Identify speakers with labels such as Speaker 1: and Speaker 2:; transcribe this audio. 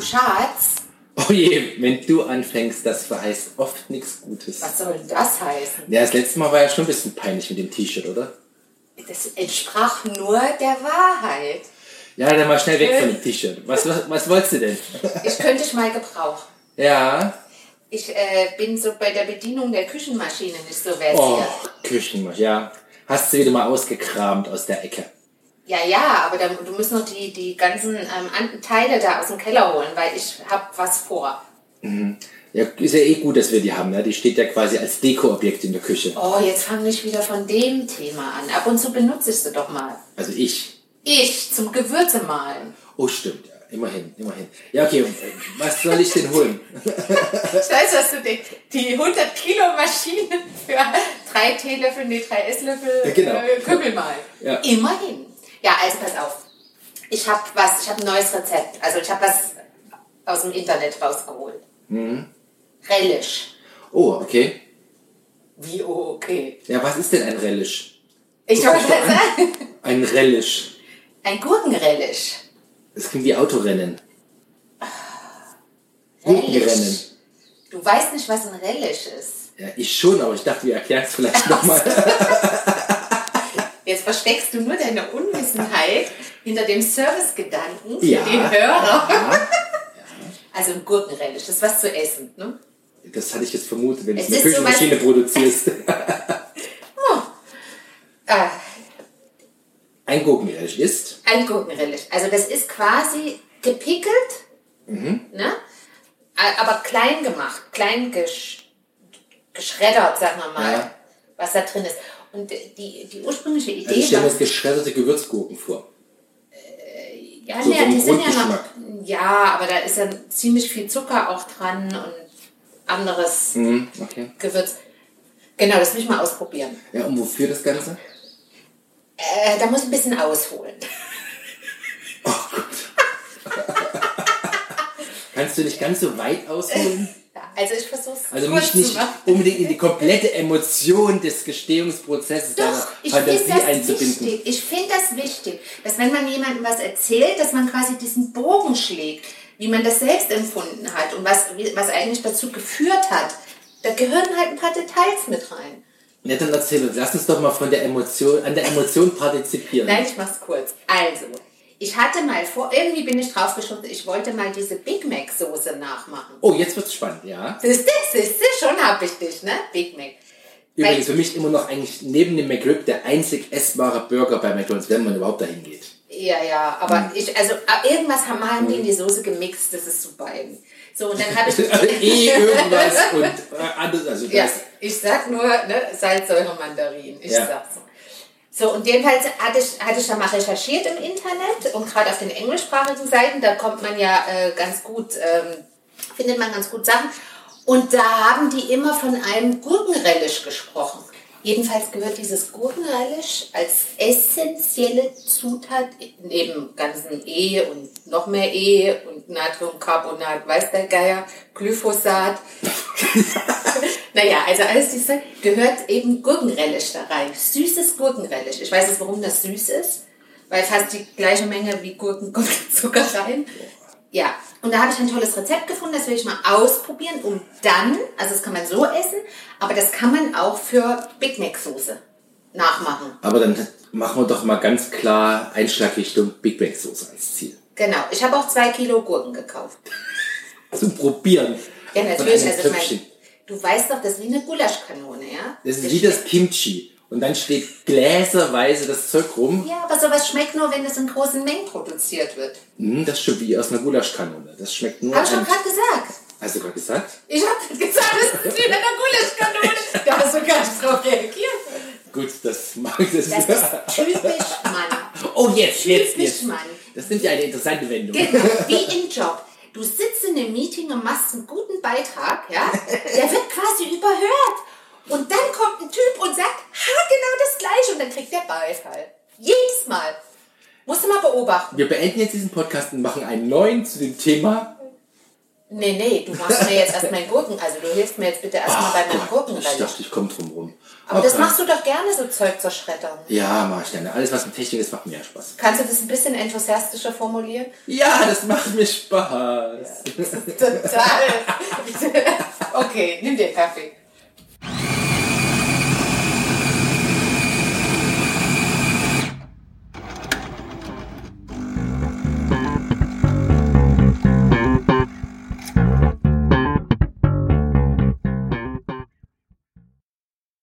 Speaker 1: Charts.
Speaker 2: Oh je, wenn du anfängst, das verheißt oft nichts Gutes.
Speaker 1: Was soll denn das heißen?
Speaker 2: Ja, das letzte Mal war ja schon ein bisschen peinlich mit dem T-Shirt, oder?
Speaker 1: Das entsprach nur der Wahrheit.
Speaker 2: Ja, dann mal schnell weg von dem T-Shirt. Was, was, was wolltest du denn?
Speaker 1: Ich könnte ich mal gebrauchen.
Speaker 2: Ja.
Speaker 1: Ich äh, bin so bei der Bedienung der Küchenmaschine nicht so versiert.
Speaker 2: Oh, Küchenmasch, ja. Hast du wieder mal ausgekramt aus der Ecke.
Speaker 1: Ja, ja, aber dann, du musst noch die, die ganzen ähm, anderen Teile da aus dem Keller holen, weil ich hab was vor.
Speaker 2: Ja, ist ja eh gut, dass wir die haben, ne? Die steht ja quasi als Dekoobjekt in der Küche.
Speaker 1: Oh, jetzt fange ich wieder von dem Thema an. Ab und zu benutze ich sie doch mal.
Speaker 2: Also ich.
Speaker 1: Ich zum Gewürze malen.
Speaker 2: Oh, stimmt, ja. Immerhin, immerhin. Ja, okay, und, äh, was soll ich denn holen?
Speaker 1: Ich weiß, dass du die, die 100 Kilo Maschine für drei Teelöffel, nee, drei Esslöffel
Speaker 2: Ja, genau.
Speaker 1: äh, Kümmel mal.
Speaker 2: Ja.
Speaker 1: Immerhin. Ja, also pass auf. Ich habe was, ich habe ein neues Rezept. Also ich habe was aus dem Internet rausgeholt.
Speaker 2: Mhm.
Speaker 1: Relish.
Speaker 2: Oh, okay.
Speaker 1: Wie, oh, okay.
Speaker 2: Ja, was ist denn ein Relish?
Speaker 1: Ich wollte
Speaker 2: Guck dich doch
Speaker 1: sagen,
Speaker 2: Ein Relish.
Speaker 1: ein Gurkenrelish.
Speaker 2: Das klingt wie Autorennen. Gurkenrennen.
Speaker 1: Du weißt nicht, was ein Relish ist.
Speaker 2: Ja, ich schon, aber ich dachte, wir erklären es vielleicht nochmal.
Speaker 1: Jetzt versteckst du nur deine Unwissenheit hinter dem Servicegedanken für
Speaker 2: Ja.
Speaker 1: den Hörer. Also ein Gurkenrelish, das ist was zu essen. Ne?
Speaker 2: Das hatte ich jetzt vermutet, wenn du
Speaker 1: Es
Speaker 2: eine
Speaker 1: ist so was-
Speaker 2: Küchenmaschine produzierst.
Speaker 1: Ah,
Speaker 2: Ein Gurkenrelish ist.
Speaker 1: ein Gurkenrelish. Also das ist quasi gepickelt,
Speaker 2: Mhm.
Speaker 1: ne? A- aber klein gemacht, klein gesch geschreddert, sagen wir mal,
Speaker 2: Ja.
Speaker 1: was da drin ist. Und die, die ursprüngliche Idee
Speaker 2: Also ich stelle
Speaker 1: war...
Speaker 2: mir jetzt geschredderte Gewürzgurken vor.
Speaker 1: Ja,
Speaker 2: So
Speaker 1: nee,
Speaker 2: vom
Speaker 1: die sind ja
Speaker 2: Grundgeschmack.
Speaker 1: noch. Ja, aber da ist ja ziemlich viel Zucker auch dran und anderes
Speaker 2: Mhm, okay.
Speaker 1: Gewürz. Genau, das will ich mal ausprobieren.
Speaker 2: Ja, und wofür das Ganze?
Speaker 1: Äh, da muss ich ein bisschen ausholen.
Speaker 2: Kannst du nicht ganz so weit ausholen?
Speaker 1: Ja, also ich versuche es
Speaker 2: Also mich nicht unbedingt in die komplette Emotion des Gestehungsprozesses deiner
Speaker 1: Doch, ich finde
Speaker 2: Fantasie
Speaker 1: das
Speaker 2: einzubinden.
Speaker 1: wichtig. Ich finde das wichtig, dass wenn man jemandem was erzählt, dass man quasi diesen Bogen schlägt, wie man das selbst empfunden hat und was, wie- was eigentlich dazu geführt hat. Da gehören halt ein paar Details mit rein.
Speaker 2: Ja, dann erzähl uns. Lass uns doch mal von der Emotion, an der Emotion partizipieren.
Speaker 1: Nein, ich mach's kurz. Also, ich hatte mal vor, irgendwie bin ich draufgeschossen, ich wollte mal diese Big Mac Soße nachmachen.
Speaker 2: Oh, jetzt wird's spannend, ja.
Speaker 1: Siehste, siehste, schon hab ich dich, ne? Big Mac.
Speaker 2: Übrigens für mich immer noch eigentlich neben dem McRib der einzig essbare Burger bei McDonalds, wenn man überhaupt dahin geht.
Speaker 1: Ja, ja, aber
Speaker 2: Hm.
Speaker 1: ich, also äh, irgendwas haben, haben die in die Soße gemixt, das ist super eben. So, und dann habe ich.
Speaker 2: eh irgendwas und äh, anderes. Also
Speaker 1: ja,
Speaker 2: das,
Speaker 1: ich sag nur, ne, Salzsäure Mandarin. Ich
Speaker 2: Ja.
Speaker 1: sag's. So, und jedenfalls hatte ich, hatte ich da mal recherchiert im Internet und gerade auf den englischsprachigen Seiten, da kommt man ja äh, ganz gut, ähm, findet man ganz gut Sachen. Und da haben die immer von einem Gurkenrelish gesprochen. Jedenfalls gehört dieses Gurkenrelish als essentielle Zutat neben ganzen E und noch mehr E und Natriumcarbonat, weiß der Geier, Glyphosat. Naja, also alles diese gehört eben Gurkenrelish da rein. Süßes Gurkenrelish. Ich weiß jetzt, warum das süß ist, weil fast die gleiche Menge wie Gurken kommt Zucker rein. Ja, und da habe ich ein tolles Rezept gefunden, das will ich mal ausprobieren, um dann, also das kann man so essen, aber das kann man auch für Big Mac Soße nachmachen.
Speaker 2: Aber dann machen wir doch mal ganz klar Einschlagrichtung Big Mac Soße als Ziel.
Speaker 1: Genau, ich habe auch zwei Kilo Gurken gekauft.
Speaker 2: Zum Probieren.
Speaker 1: Ja, natürlich,
Speaker 2: Von einem
Speaker 1: also ich
Speaker 2: Töpfchen.
Speaker 1: meine, du weißt doch, das ist wie eine Gulaschkanone, ja?
Speaker 2: Das ist wie das Kimchi. Und dann steht gläserweise das Zeug rum.
Speaker 1: Ja, aber sowas schmeckt nur, wenn es in großen Mengen produziert wird.
Speaker 2: Hm, das ist schon wie aus einer Gulaschkanone. Das schmeckt nur.
Speaker 1: Hab ich doch
Speaker 2: an-
Speaker 1: gerade gesagt.
Speaker 2: Hast du gerade gesagt?
Speaker 1: Ich hab gesagt, das ist wie eine Gulaschkanone. Da hast du gar nicht drauf reagiert.
Speaker 2: Gut, das mag ich das.
Speaker 1: Das ist typisch Mann.
Speaker 2: oh, jetzt, jetzt,
Speaker 1: typisch
Speaker 2: jetzt.
Speaker 1: Mann.
Speaker 2: Das nimmt ja eine interessante Wendung.
Speaker 1: Genau, wie im Job. Du sitzt in einem Meeting und machst einen guten Beitrag, ja? Der wird quasi überhört. Und dann kommt ein Typ und sagt, ha, genau das Gleiche. Und dann kriegt der Beifall. Jedes Mal. Musst du mal beobachten.
Speaker 2: Wir beenden jetzt diesen Podcast und machen einen neuen zu dem Thema
Speaker 1: Nee, nee, du machst mir jetzt erst meinen Gurken. Also du hilfst mir jetzt bitte erstmal bei meinem Gurken.
Speaker 2: ich dachte, ich komme drum rum.
Speaker 1: Aber das machst du doch gerne, so Zeug zur Schreddern.
Speaker 2: Ja, mach ich gerne. Alles, was mit Technik ist, macht mir ja Spaß.
Speaker 1: Kannst du das ein bisschen enthusiastischer formulieren?
Speaker 2: Ja, das macht mir Spaß.
Speaker 1: Total. okay, nimm dir Kaffee.